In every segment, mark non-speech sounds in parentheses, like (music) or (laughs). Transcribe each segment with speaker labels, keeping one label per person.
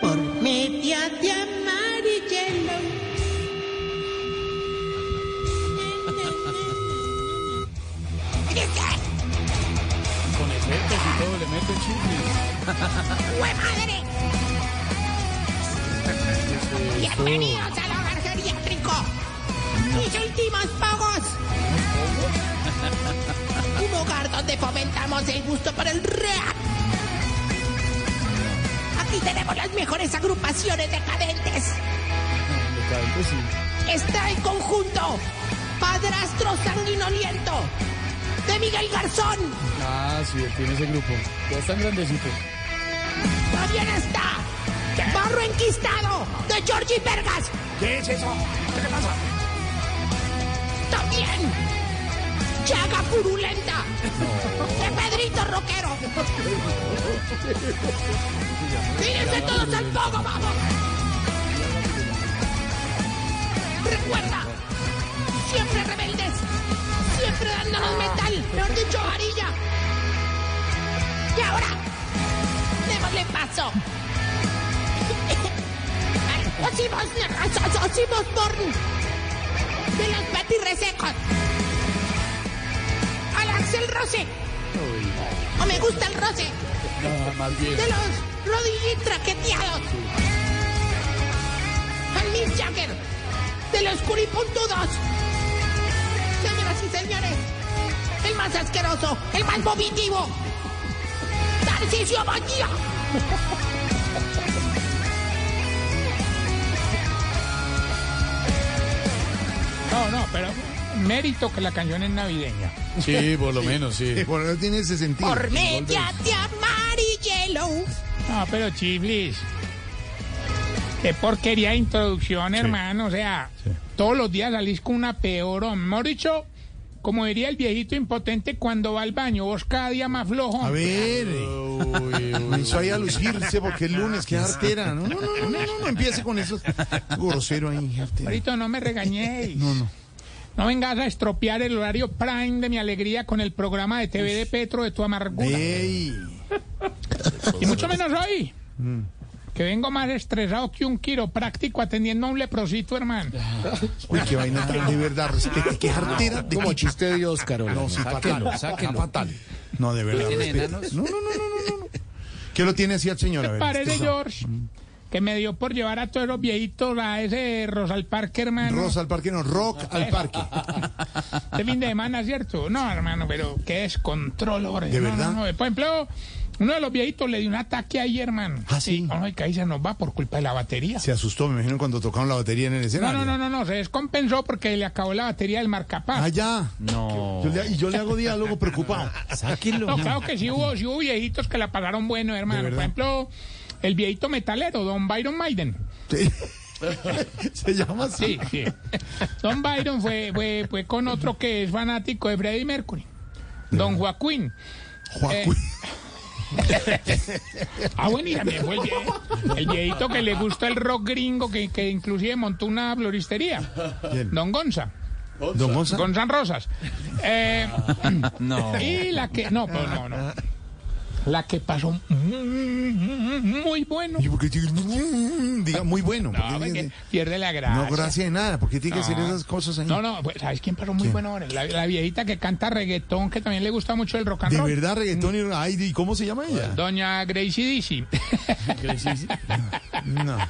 Speaker 1: Por media de amarillelo.
Speaker 2: Con efectos y todo, le mete chismes.
Speaker 3: ¡Hue madre! ¡Bienvenidos al hogar geriátrico! ¡Mis últimos pagos! Un hogar donde fomentamos el gusto por el rap. Aquí tenemos las mejores agrupaciones decadentes.
Speaker 2: Decadente, sí.
Speaker 3: Está el conjunto Padrastro Sanguinoliento de Miguel Garzón.
Speaker 2: Ah, sí, él tiene ese grupo. Ya están grandecitos.
Speaker 3: También está Barro Enquistado de Georgie Vergas.
Speaker 2: ¿Qué es eso? ¿Qué pasa?
Speaker 3: También Chaga Purulenta de Pedrito Roquero. Tírense todos al poco, vamos. Recuerda, siempre rebeldes, siempre dándonos metal, mejor dicho, varilla. Y ahora, démosle paso. (laughs) al Osimos, Osimos Born de los petirresecos. Al Axel Rose. O me gusta el Rose.
Speaker 2: Ah, más bien.
Speaker 3: De los rodillitos traqueteados. Al Mick Jagger. De los curipuntudos. Señoras y señores. El más asqueroso. El más vomitivo. Tarcisio Magia.
Speaker 4: No, no, pero mérito que la canción es navideña.
Speaker 2: Sí, por lo menos, sí.
Speaker 5: Por no tiene ese sentido.
Speaker 3: Por media de amarillelo.
Speaker 4: No, pero chiflis. Qué porquería de introducción, hermano. O sea, todos los días salís con una peor, o mejor dicho, como diría el viejito impotente cuando va al baño, vos cada día más flojo.
Speaker 5: A ver, eh,
Speaker 2: Uy, uy.
Speaker 5: comenzó ahí a lucirse porque el lunes, qué artera. No, no, no, no, no, no empiece con eso. Grosero ahí, qué artera.
Speaker 4: Ahorita no me regañéis. No, no. No vengas a estropear el horario prime de mi alegría con el programa de TV de Petro de tu amargura.
Speaker 5: Ey,
Speaker 4: Y mucho menos hoy. Que vengo más estresado que un quiropráctico atendiendo a un leprosito, hermano.
Speaker 5: uy, qué vaina tan de verdad, respete, qué artera de
Speaker 6: Como
Speaker 5: tipo.
Speaker 6: chiste de Dios, Carolina.
Speaker 5: No, sí,
Speaker 6: sáquenlo,
Speaker 5: fatal,
Speaker 6: sáquenlo.
Speaker 5: fatal. No, de verdad, respete. No, no, no, no, no, no. ¿Qué lo tiene así al señor? A ver,
Speaker 4: parece,
Speaker 5: este-
Speaker 4: George, que me dio por llevar a todos los viejitos a ese Rosal Parque, hermano.
Speaker 5: Rosa al parque, no, rock al parque.
Speaker 4: Este fin de semana, ¿cierto? No, hermano, pero qué descontrol, hombre.
Speaker 5: ¿De
Speaker 4: No, no,
Speaker 5: verdad?
Speaker 4: no. eh, Por ejemplo, uno de los viejitos le dio un ataque ahí, hermano.
Speaker 5: Ah, sí.
Speaker 4: Ay, que ahí se nos va por culpa de la batería.
Speaker 5: Se asustó, me imagino, cuando tocaron la batería en el
Speaker 4: No,
Speaker 5: escenario.
Speaker 4: no, no, no, no, se descompensó porque le acabó la batería del marcapaz.
Speaker 5: Allá.
Speaker 6: No.
Speaker 5: Ah, Yo le- y yo le hago diálogo preocupado. (laughs)
Speaker 6: Sáquenlo.
Speaker 4: No, claro que sí hubo, sí hubo viejitos que la pasaron bueno, hermano. Por
Speaker 5: verdad?
Speaker 4: ejemplo, el viejito metalero, don Byron Maiden.
Speaker 5: Sí. Se llama así.
Speaker 4: Sí, sí. Don Byron fue, fue, fue con otro que es fanático de Freddie Mercury. Don Joaquín. (laughs)
Speaker 5: Joaquín.
Speaker 4: Ah, bueno, y también fue el, vie- el viejito que le gusta el rock gringo, que, que inclusive montó una floristería.
Speaker 5: ¿Quién?
Speaker 4: Don Gonza.
Speaker 5: Don Gonza.
Speaker 4: Gonzán Rosas. Eh,
Speaker 6: No.
Speaker 4: y la que. No, pues no, no. La que pasó muy bueno.
Speaker 5: ¿Y por qué tiene- Diga, muy bueno. ¿por
Speaker 4: No,
Speaker 5: qué
Speaker 4: porque
Speaker 5: tiene-
Speaker 4: pierde la gracia.
Speaker 5: No, gracias de nada, porque tiene que hacer esas cosas ahí.
Speaker 4: No, no, pues, ¿sabes quién pasó muy bueno ahora? La, la viejita que canta reggaetón, que también le gusta mucho el rock and
Speaker 5: De
Speaker 4: roll.
Speaker 5: verdad, reggaetón y... Ay, ¿y cómo se llama ella?
Speaker 4: Doña Gracie Dizzy.
Speaker 5: No. (laughs)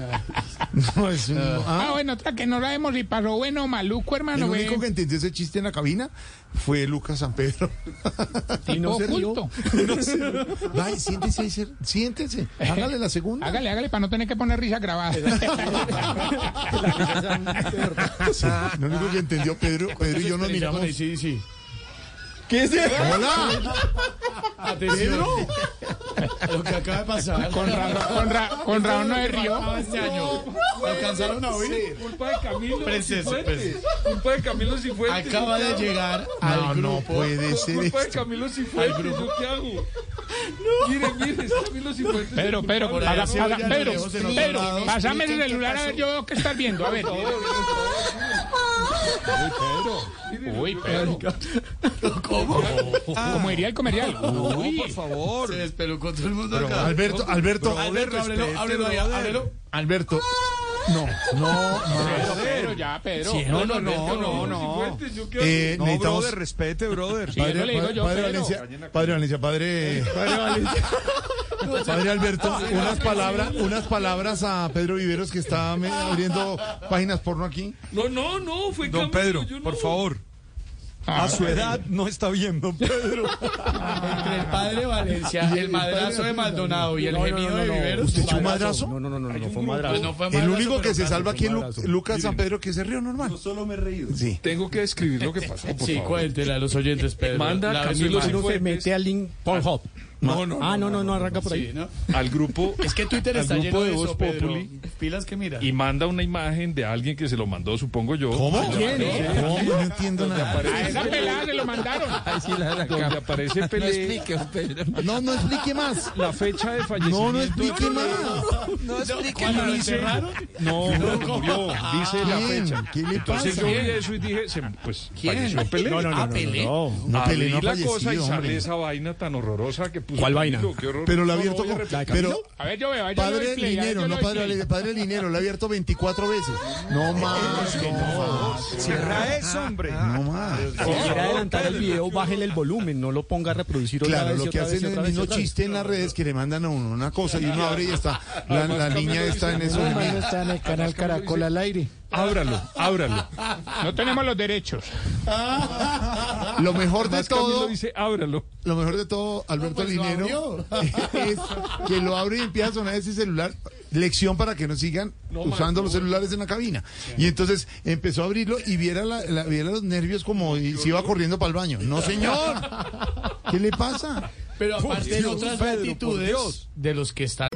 Speaker 5: No, es un...
Speaker 4: Ah,
Speaker 5: ah,
Speaker 4: bueno, otra que no la vemos y pasó bueno maluco,
Speaker 5: el
Speaker 4: hermano. ve,
Speaker 5: único que entendió ese chiste en la cabina fue Lucas San Pedro. (laughs)
Speaker 4: tipo oculto.
Speaker 5: No se rió. Ay, siéntese, ahí, ser- siéntese. Hágale la segunda.
Speaker 4: Hágale, hágale, para no tener que poner risa grabada.
Speaker 5: (laughs) Sí, Lo único que entendió Pedro, Pedro y yo nos miramos.
Speaker 2: Sí, sí.
Speaker 5: ¿Qué es ¡Hola!
Speaker 2: (laughs) Atención. Lo que acaba de pasar.
Speaker 4: (laughs) Con razón, con ra- con razón no se rió.
Speaker 2: Este año. Lo alcanzaron a oír.
Speaker 7: Culpa de Camilo.
Speaker 2: Prenses,
Speaker 7: Cifuentes. Culpa de Camilo Cifuentes.
Speaker 2: Acaba de llegar al
Speaker 5: No, no
Speaker 2: grupo.
Speaker 5: puede ser.
Speaker 7: Culpa de Camilo Cifuentes. ¿Yo qué hago? Mire, mire, es Camilo Cifuentes.
Speaker 4: Pedro, Pedro,
Speaker 2: Por
Speaker 4: para-
Speaker 2: allá se
Speaker 4: para-
Speaker 2: oye a lo
Speaker 4: Pedro,
Speaker 2: lejos en otro
Speaker 4: Pedro,
Speaker 2: lado.
Speaker 4: pásame el celular a ver yo veo qué estás viendo. A ver. Uy, Pedro. Uy, Pedro. (laughs) ¿Cómo? Como diría el comercial. Uy,
Speaker 7: favor.
Speaker 2: Se despeló con todo el mundo acá.
Speaker 5: Alberto, Alberto,
Speaker 2: Alberto, ábrelo, ábrelo ahí, ábrelo.
Speaker 5: Alberto. No, no, no.
Speaker 4: Pedro, Pedro, ya, Pedro.
Speaker 2: No, no, no, no, no.
Speaker 7: Cifuentes, ¿yo qué hago?
Speaker 5: Eh, necesitamos.
Speaker 6: respete, brother.
Speaker 4: Sí, eso le digo
Speaker 5: padre,
Speaker 4: yo,
Speaker 5: padre
Speaker 4: Pedro.
Speaker 5: Valencia, padre Valencia, padre, (laughs) padre Alberto, unas palabras, unas palabras a Pedro Viveros que está me- abriendo páginas porno aquí.
Speaker 7: No, no, no, fue Camilo.
Speaker 6: Don Pedro,
Speaker 7: yo no.
Speaker 6: por favor.
Speaker 4: Ah,
Speaker 6: A su edad no está bien, don
Speaker 5: (laughs)
Speaker 6: Pedro.
Speaker 2: Entre el padre Valencia, el madrazo de Maldonado y el gemido de Viveros.
Speaker 5: ¿Usted echó un madrazo?
Speaker 8: No, no, no, no, no, fue
Speaker 2: Pues
Speaker 8: madrazo.
Speaker 2: no fue
Speaker 5: El
Speaker 2: madrazo,
Speaker 5: único que
Speaker 2: pero
Speaker 5: se
Speaker 2: casi.
Speaker 5: salva aquí es Lu-
Speaker 8: madrazo.
Speaker 5: Lucas San Pedro, que se rió normal.
Speaker 8: solo me he reído.
Speaker 5: Sí.
Speaker 7: Tengo que describir lo que pasó, por
Speaker 2: Sí,
Speaker 7: favor.
Speaker 2: cuéntele a los oyentes, Pedro.
Speaker 7: Manda
Speaker 2: La-
Speaker 7: Camilo
Speaker 2: su-
Speaker 8: Uno se
Speaker 7: Cifuentes.
Speaker 8: mete al link Pornhub. No, no, ah, no, no, no, arranca por ahí.
Speaker 2: Sí, ¿no?
Speaker 7: Al grupo.
Speaker 2: Es que Twitter
Speaker 7: al
Speaker 2: está
Speaker 7: grupo
Speaker 2: lleno de
Speaker 7: de Voz
Speaker 2: eso, Pedro.
Speaker 7: Populi.
Speaker 2: Pilas que mira.
Speaker 7: Y manda una imagen de alguien que se lo mandó, supongo yo.
Speaker 5: ¿Cómo?
Speaker 7: Donde aparece-
Speaker 5: ¿Cómo? No entiendo nada.
Speaker 4: A esa pelada se lo mandaron.
Speaker 7: Donde aparece Pelé.
Speaker 5: No, no explique más.
Speaker 7: La fecha de
Speaker 5: No,
Speaker 7: fallecimiento.
Speaker 5: no explique más.
Speaker 2: Cuando lo encerraron,
Speaker 7: No, no, murió. Dice la
Speaker 5: ¿Quién?
Speaker 7: fecha.
Speaker 5: ¿Qué le
Speaker 7: Entonces
Speaker 5: pasa?
Speaker 7: yo vi eso y dije, se- pues falleció Pelé.
Speaker 5: No, no, no,
Speaker 2: Ah,
Speaker 5: no,
Speaker 2: Pelé.
Speaker 5: no, no, no, Pelé
Speaker 7: Abrí
Speaker 5: no ha
Speaker 7: la cosa y
Speaker 5: fallecido,
Speaker 7: sale
Speaker 5: hombre.
Speaker 7: esa vaina tan horrorosa que puso.
Speaker 8: ¿Cuál vaina?
Speaker 7: Camilo, qué horror.
Speaker 5: Pero lo ha
Speaker 7: No,
Speaker 5: abierto
Speaker 7: voy a
Speaker 5: como-
Speaker 7: repetir.
Speaker 5: pero
Speaker 4: A ver, yo veo. a ver, yo le doy
Speaker 5: Padre
Speaker 4: play, a ver, yo
Speaker 5: Linero,
Speaker 4: le
Speaker 5: no
Speaker 4: doy
Speaker 5: padre,
Speaker 4: play.
Speaker 5: Ale- padre Linero, lo ha abierto 24 veces. No más, no más,
Speaker 6: Cierra eso, hombre.
Speaker 5: Ah, no más.
Speaker 8: Si quiere adelantar el video, bájele el volumen, no lo ponga a reproducir otra
Speaker 5: Claro,
Speaker 8: vez.
Speaker 5: lo
Speaker 8: y
Speaker 5: que
Speaker 8: otra vez,
Speaker 5: hacen
Speaker 8: y
Speaker 5: es el
Speaker 8: otra vez, y
Speaker 5: mismo
Speaker 8: otra vez.
Speaker 5: chiste en las redes que le mandan a uno una cosa y uno abre y está. La, la niña está en eso. del mil.
Speaker 8: está en el canal Caracol al aire.
Speaker 7: Ábralo, ábralo.
Speaker 4: No tenemos los derechos.
Speaker 5: Lo mejor de
Speaker 7: Más Camilo
Speaker 5: todo,
Speaker 7: dice, ábralo.
Speaker 5: lo mejor de todo, Alberto
Speaker 2: pues, lo
Speaker 5: Linero, (laughs) es que lo abre y empieza a sonar ese celular. Lección para que no sigan usando los celulares en la cabina. Y entonces empezó a abrirlo y viera, la- la- viera los nervios como y se iba corriendo para el baño. No, señor. ¿Qué le pasa?
Speaker 2: Pero aparte en otras actitudes de los que están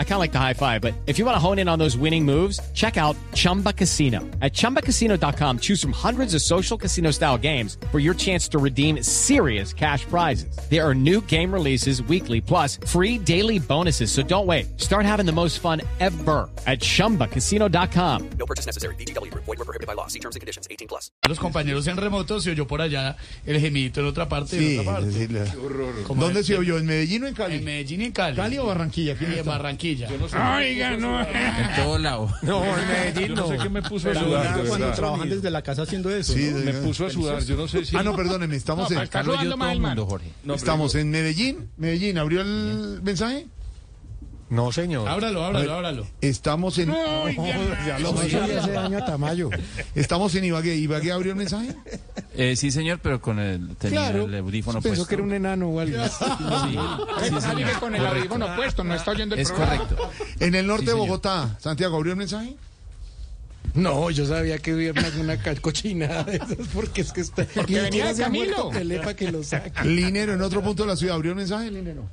Speaker 9: I kind of like the high five, but if you want to hone in on those winning moves, check out Chumba Casino. At chumbacasino.com, choose from hundreds of social casino style games for your chance to redeem serious cash prizes. There are new game releases weekly, plus free daily bonuses. So don't wait. Start having the most fun ever at chumbacasino.com.
Speaker 10: No purchase necessary. VGW Group. Void were prohibited by law. See terms and conditions. 18 plus.
Speaker 2: los compañeros en remoto, se oyó por allá el gemito en otra parte.
Speaker 5: Sí,
Speaker 2: en otra parte.
Speaker 5: es decir, la- ¿Dónde se oyó? ¿En Medellín o en Cali?
Speaker 2: En Medellín y en Cali.
Speaker 5: ¿Cali o Barranquilla?
Speaker 2: Y
Speaker 5: ¿Quién
Speaker 2: en
Speaker 5: está?
Speaker 2: Barranquilla.
Speaker 4: Oiga, no.
Speaker 6: Todo lado.
Speaker 8: No, en Medellín
Speaker 7: Yo no sé qué me puso a sudar, de
Speaker 8: Cuando
Speaker 7: verdad.
Speaker 8: trabajan desde la casa haciendo eso.
Speaker 5: Sí,
Speaker 8: ¿no?
Speaker 5: de-
Speaker 7: Me puso a sudar, yo no sé si...
Speaker 5: Ah, no, perdónenme, estamos
Speaker 4: No,
Speaker 5: en
Speaker 4: falta- Carlos, yo todo el mundo,
Speaker 6: Jorge.
Speaker 5: estamos en Medellín. Medellín, ¿abrió el mensaje?
Speaker 8: No, señor.
Speaker 2: Ábralo,
Speaker 5: A ver.
Speaker 2: ábralo, ábralo.
Speaker 5: Estamos en
Speaker 4: Oiga,
Speaker 5: (laughs) Ya lo-
Speaker 8: No, eso le hace daño a Tamayo.
Speaker 5: estamos en Ibagué. ¿Ibagué abrió el mensaje?
Speaker 6: Eh, sí, señor, pero con el, tenía
Speaker 8: Claro.
Speaker 6: el audífono
Speaker 8: Pensó
Speaker 6: puesto.
Speaker 8: que era un enano o algo.
Speaker 6: Sí,
Speaker 4: Nadie
Speaker 6: señor.
Speaker 4: ve con el audífono puesto, no está oyendo el
Speaker 6: Es
Speaker 4: programa.
Speaker 6: correcto.
Speaker 5: En el norte
Speaker 6: Sí,
Speaker 5: de
Speaker 6: señor.
Speaker 5: Bogotá. Santiago, ¿abrió el mensaje?
Speaker 8: No, yo sabía que hubiera una ca- cochinada de esas porque es que está.
Speaker 4: venía de Camilo.
Speaker 8: Telepa que lo saca.
Speaker 5: Linero, en otro punto de la ciudad. ¿Abrió el mensaje, Linero?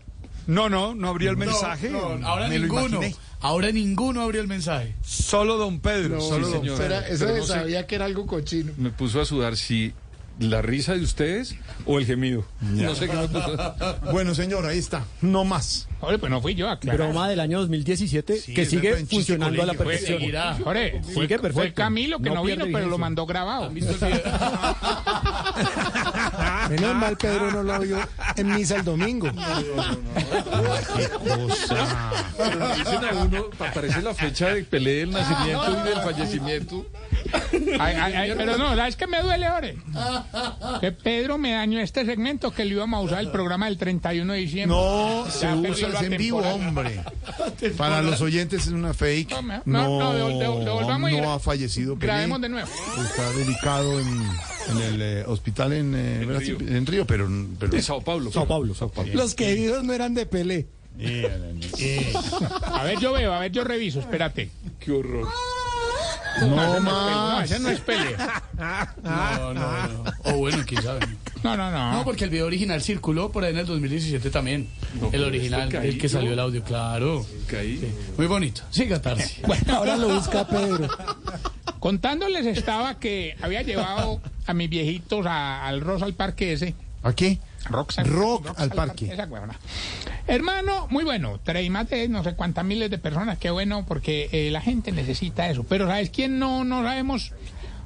Speaker 6: No, no, no abrió el mensaje.
Speaker 2: No, no, ahora
Speaker 6: Me lo
Speaker 2: ninguno.
Speaker 6: imaginé.
Speaker 2: Ahora ninguno abrió el mensaje.
Speaker 6: Solo don Pedro.
Speaker 7: Solo don señor. Pedro. Pero no sé-
Speaker 8: sabía que era algo cochino.
Speaker 7: Me puso a sudar si la risa de ustedes o el gemido. No sé qué me puso.
Speaker 5: Bueno, señor, ahí está. No más.
Speaker 4: Oye, pues no fui yo, aclaro.
Speaker 8: Broma del año 2017 que
Speaker 5: es verdad,
Speaker 8: sigue
Speaker 5: en chiste
Speaker 8: funcionando a la
Speaker 5: colegio.
Speaker 2: Pues
Speaker 8: perfección.
Speaker 2: seguirá.
Speaker 4: Jorge, fue,
Speaker 8: Sigue perfecto.
Speaker 4: fue Camilo que
Speaker 8: No
Speaker 4: no,
Speaker 8: pierde
Speaker 4: vino, pero
Speaker 8: vigencia.
Speaker 4: lo mandó grabado.
Speaker 2: ¿Han visto el video?
Speaker 8: Menos mal Pedro no lo oyó en misa el domingo.
Speaker 7: Pero dicen a uno, aparece la fecha de pelea del nacimiento y del fallecimiento.
Speaker 4: Ay, ay, ay, pero no, ¿sabes que me duele, Ore? Que Pedro me dañó este segmento que le íbamos a usar el programa del 31 de diciembre.
Speaker 5: No,
Speaker 4: Ya
Speaker 5: se
Speaker 4: perdí
Speaker 5: usa
Speaker 4: la
Speaker 5: es en vivo,
Speaker 4: temporada.
Speaker 5: hombre. Para los oyentes es una fake.
Speaker 4: No,
Speaker 5: No,
Speaker 4: no, no, devol- devol-
Speaker 5: no,
Speaker 4: devolvamos y gra-
Speaker 5: ha fallecido. Pelé.
Speaker 4: Grabemos de nuevo.
Speaker 5: Está delicado en, en el eh, hospital en, eh, Brasil- en Río, pero, pero
Speaker 7: De Sao Paulo.
Speaker 5: Sao Paulo, Sao Paulo.
Speaker 8: Los queridos no eran de Pelé.
Speaker 5: Eh,
Speaker 4: A ver, yo veo, a ver, yo reviso, espérate.
Speaker 7: Qué horror.
Speaker 4: No,
Speaker 5: no más.
Speaker 4: esa no es pelea.
Speaker 2: No, no, no. O bueno, quién sabe.
Speaker 4: No, no,
Speaker 2: No,
Speaker 4: no.
Speaker 2: porque el video original circuló por ahí en el 2017 también. el original,
Speaker 7: pues, caí
Speaker 2: el que
Speaker 7: yo.
Speaker 2: salió el audio, claro.
Speaker 7: Caí.
Speaker 2: Muy bonito. Siga, Tarsi.
Speaker 8: Ahora lo busca Pedro.
Speaker 4: Contándoles estaba que había llevado a mis viejitos a- al Rosa al parque ese.
Speaker 5: ¿A qué?
Speaker 4: Rock,
Speaker 5: Rock al parque.
Speaker 4: Esa huevona. Hermano, muy bueno. Trae más de no sé cuántas miles de personas. Qué bueno, porque eh, la gente necesita eso. Pero ¿sabes quién? No, no sabemos.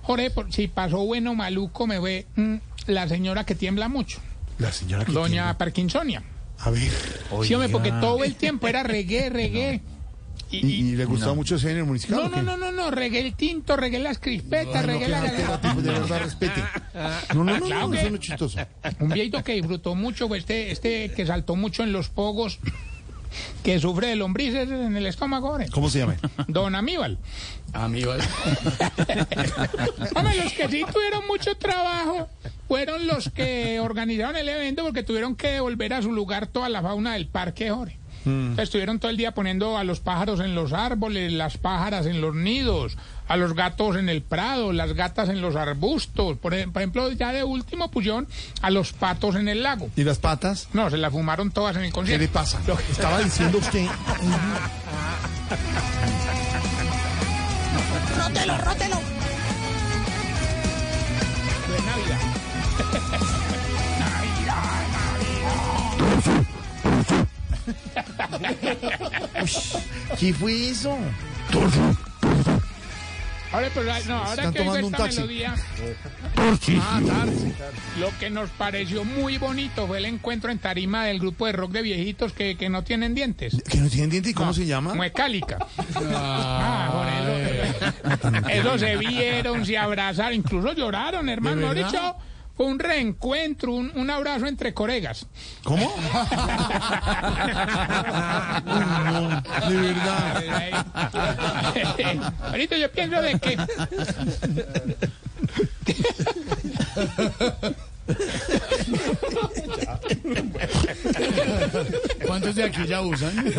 Speaker 4: Jorge, por- si pasó bueno o maluco, me ve mm, la señora que tiembla mucho.
Speaker 5: La señora que
Speaker 4: Doña Parkinsonia.
Speaker 5: tiene- A ver.
Speaker 4: Sí, hombre, porque
Speaker 5: Oiga.
Speaker 4: todo el tiempo era
Speaker 5: (laughs)
Speaker 4: reggae, reggae. Y-
Speaker 5: ¿Y,
Speaker 4: y-
Speaker 5: y le gustaba mucho ese género musical?
Speaker 4: no,
Speaker 5: o qué?
Speaker 4: no, no, no, no, regué el tinto, regué las crispetas,
Speaker 5: Ay, no,
Speaker 4: regué
Speaker 5: qué
Speaker 4: la
Speaker 5: mal, tipo, de verdad, respete. No, no, no,
Speaker 4: Claro
Speaker 5: no,
Speaker 4: que-
Speaker 5: eso no es chistoso.
Speaker 4: Un viejito que disfrutó mucho, pues, este, este que saltó mucho en los pogos, que sufre de lombrices en el estómago, hombre.
Speaker 5: ¿Cómo se llama?
Speaker 4: Don Aníbal.
Speaker 2: Amigo.
Speaker 4: (laughs) Hombre, los que sí tuvieron mucho trabajo fueron los que organizaron el evento porque tuvieron que devolver a su lugar toda la fauna del parque, Jorge.
Speaker 5: Mm.
Speaker 4: Entonces, Estuvieron todo el día poniendo a los pájaros en los árboles, las pájaras en los nidos, a los gatos en el prado, las gatas en los arbustos. Por, ej- por ejemplo, ya de último pusieron a los patos en el lago.
Speaker 5: ¿Y las patas?
Speaker 4: No, se las fumaron todas en el
Speaker 5: ¿Qué le
Speaker 4: concierto.
Speaker 5: pasa? Estaba diciendo usted.
Speaker 3: Rótelo, rótelo.
Speaker 5: ¿Qué fue eso?
Speaker 4: Ahora, pero, no, ahora
Speaker 5: Están
Speaker 4: que oigo
Speaker 5: tomando un
Speaker 4: esta
Speaker 5: taxi.
Speaker 4: melodía,
Speaker 5: Ah, tarde.
Speaker 4: Lo que nos pareció muy bonito fue el encuentro en tarima del grupo de rock de viejitos que, que no tienen dientes.
Speaker 5: ¿Que no tienen diente y cómo se llama?
Speaker 4: Muecálica. Ah, por eso. Eso se vieron, se abrazaron, incluso lloraron, hermano.
Speaker 5: verdad?
Speaker 4: Dicho, fue un reencuentro, un, un abrazo entre colegas.
Speaker 5: ¿Cómo? Uy, Ah, no, de verdad.
Speaker 4: (laughs) Ahorita yo pienso de que.
Speaker 2: ¿Cuántos de aquí ya usan?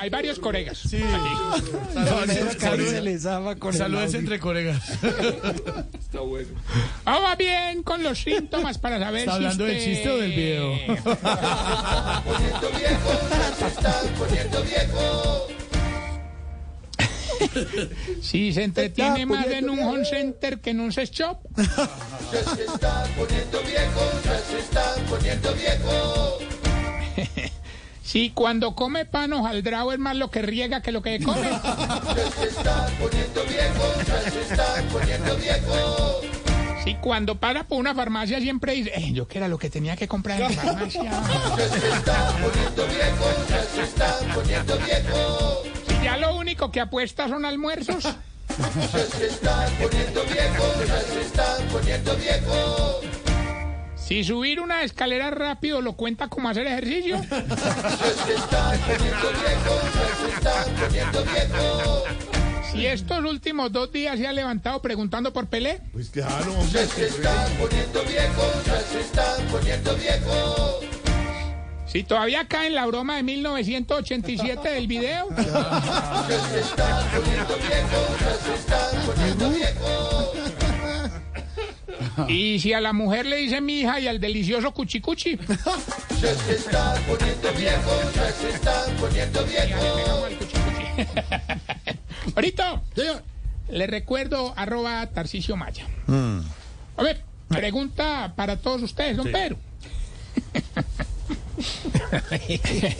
Speaker 4: Hay varios colegas.
Speaker 8: Pedro casi se les ama con el
Speaker 2: Saludos
Speaker 8: audio.
Speaker 2: entre colegas.
Speaker 7: Está bueno.
Speaker 4: Vamos Ah, bien con los síntomas para saber
Speaker 2: ¿Está
Speaker 4: si
Speaker 2: hablando del
Speaker 4: usted-
Speaker 2: chiste o del video?
Speaker 4: Si se entretiene
Speaker 8: Está
Speaker 4: más en
Speaker 8: poniendo
Speaker 4: un
Speaker 8: viejo.
Speaker 4: home center que en un sex shop. (laughs) Si cuando come pan hojaldrado es más lo que riega que lo que come. Si cuando para por una farmacia siempre dice, "Eh, yo que era lo que tenía que comprar en la farmacia. Si ya lo único que apuesta son almuerzos. Si subir una escalera rápido lo cuenta como hacer ejercicio. Si estos últimos dos días se ha levantado preguntando por Pelé.
Speaker 5: Pues claro, hombre.
Speaker 4: Si todavía cae en la broma de 1987 del video. Y si a la mujer le dice mi hija y al delicioso cuchicuchi. (laughs) Ahorita le recuerdo arroba Tarcicio Maya. A ver, pregunta para todos ustedes, don Pedro.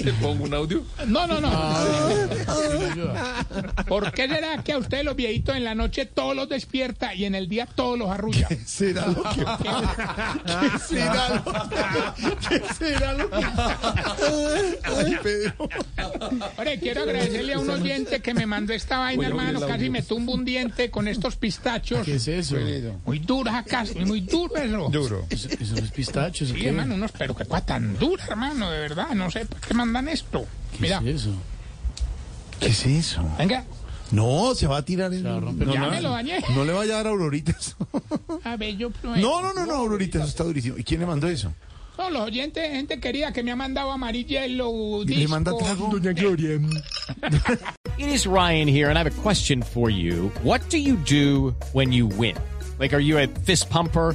Speaker 7: ¿Le pongo un audio?
Speaker 4: No, no, no.
Speaker 5: Ah,
Speaker 4: (laughs) ¿Por qué será que a ustedes los viejitos en la noche todos los despierta y en el día todos los arrulla?
Speaker 5: ¿Será lo que ¿Qué será lo que ¿Qué será lo que Ay, Pedro.
Speaker 4: Ahora quiero agradecerle a un oyente que me mandó esta vaina, hermano. Casi me tumbo un diente con estos pistachos.
Speaker 8: ¿Qué es eso?
Speaker 4: Muy duros acá, muy duros. eso.
Speaker 5: Duro.
Speaker 8: Esos son los pistachos. ¿o
Speaker 4: Sí,
Speaker 8: qué?
Speaker 4: hermano, unos, pero qué cosa tan dura, hermano, de verdad. No sé por qué mandan esto.
Speaker 8: ¿Qué
Speaker 4: Mira,
Speaker 8: es eso?
Speaker 5: ¿Qué es eso?
Speaker 4: venga,
Speaker 5: No, se va a tirar el...
Speaker 8: va a
Speaker 5: No,
Speaker 8: romper.
Speaker 4: ya
Speaker 5: no,
Speaker 4: me lo dañé.
Speaker 5: no le vaya a dar auroritas.
Speaker 4: A pues, ver, yo pruebo.
Speaker 5: No, no, no, no, auroritas, eso está durísimo. ¿Y quién le mandó eso?
Speaker 4: No, los oyentes, gente querida que me ha mandado amarillelo,
Speaker 5: ¿Y
Speaker 4: disco.
Speaker 5: le manda trago?
Speaker 8: Gloria.
Speaker 9: It is Ryan here, and I have a question for you. What do you do when you win? Like, are you a fist pumper?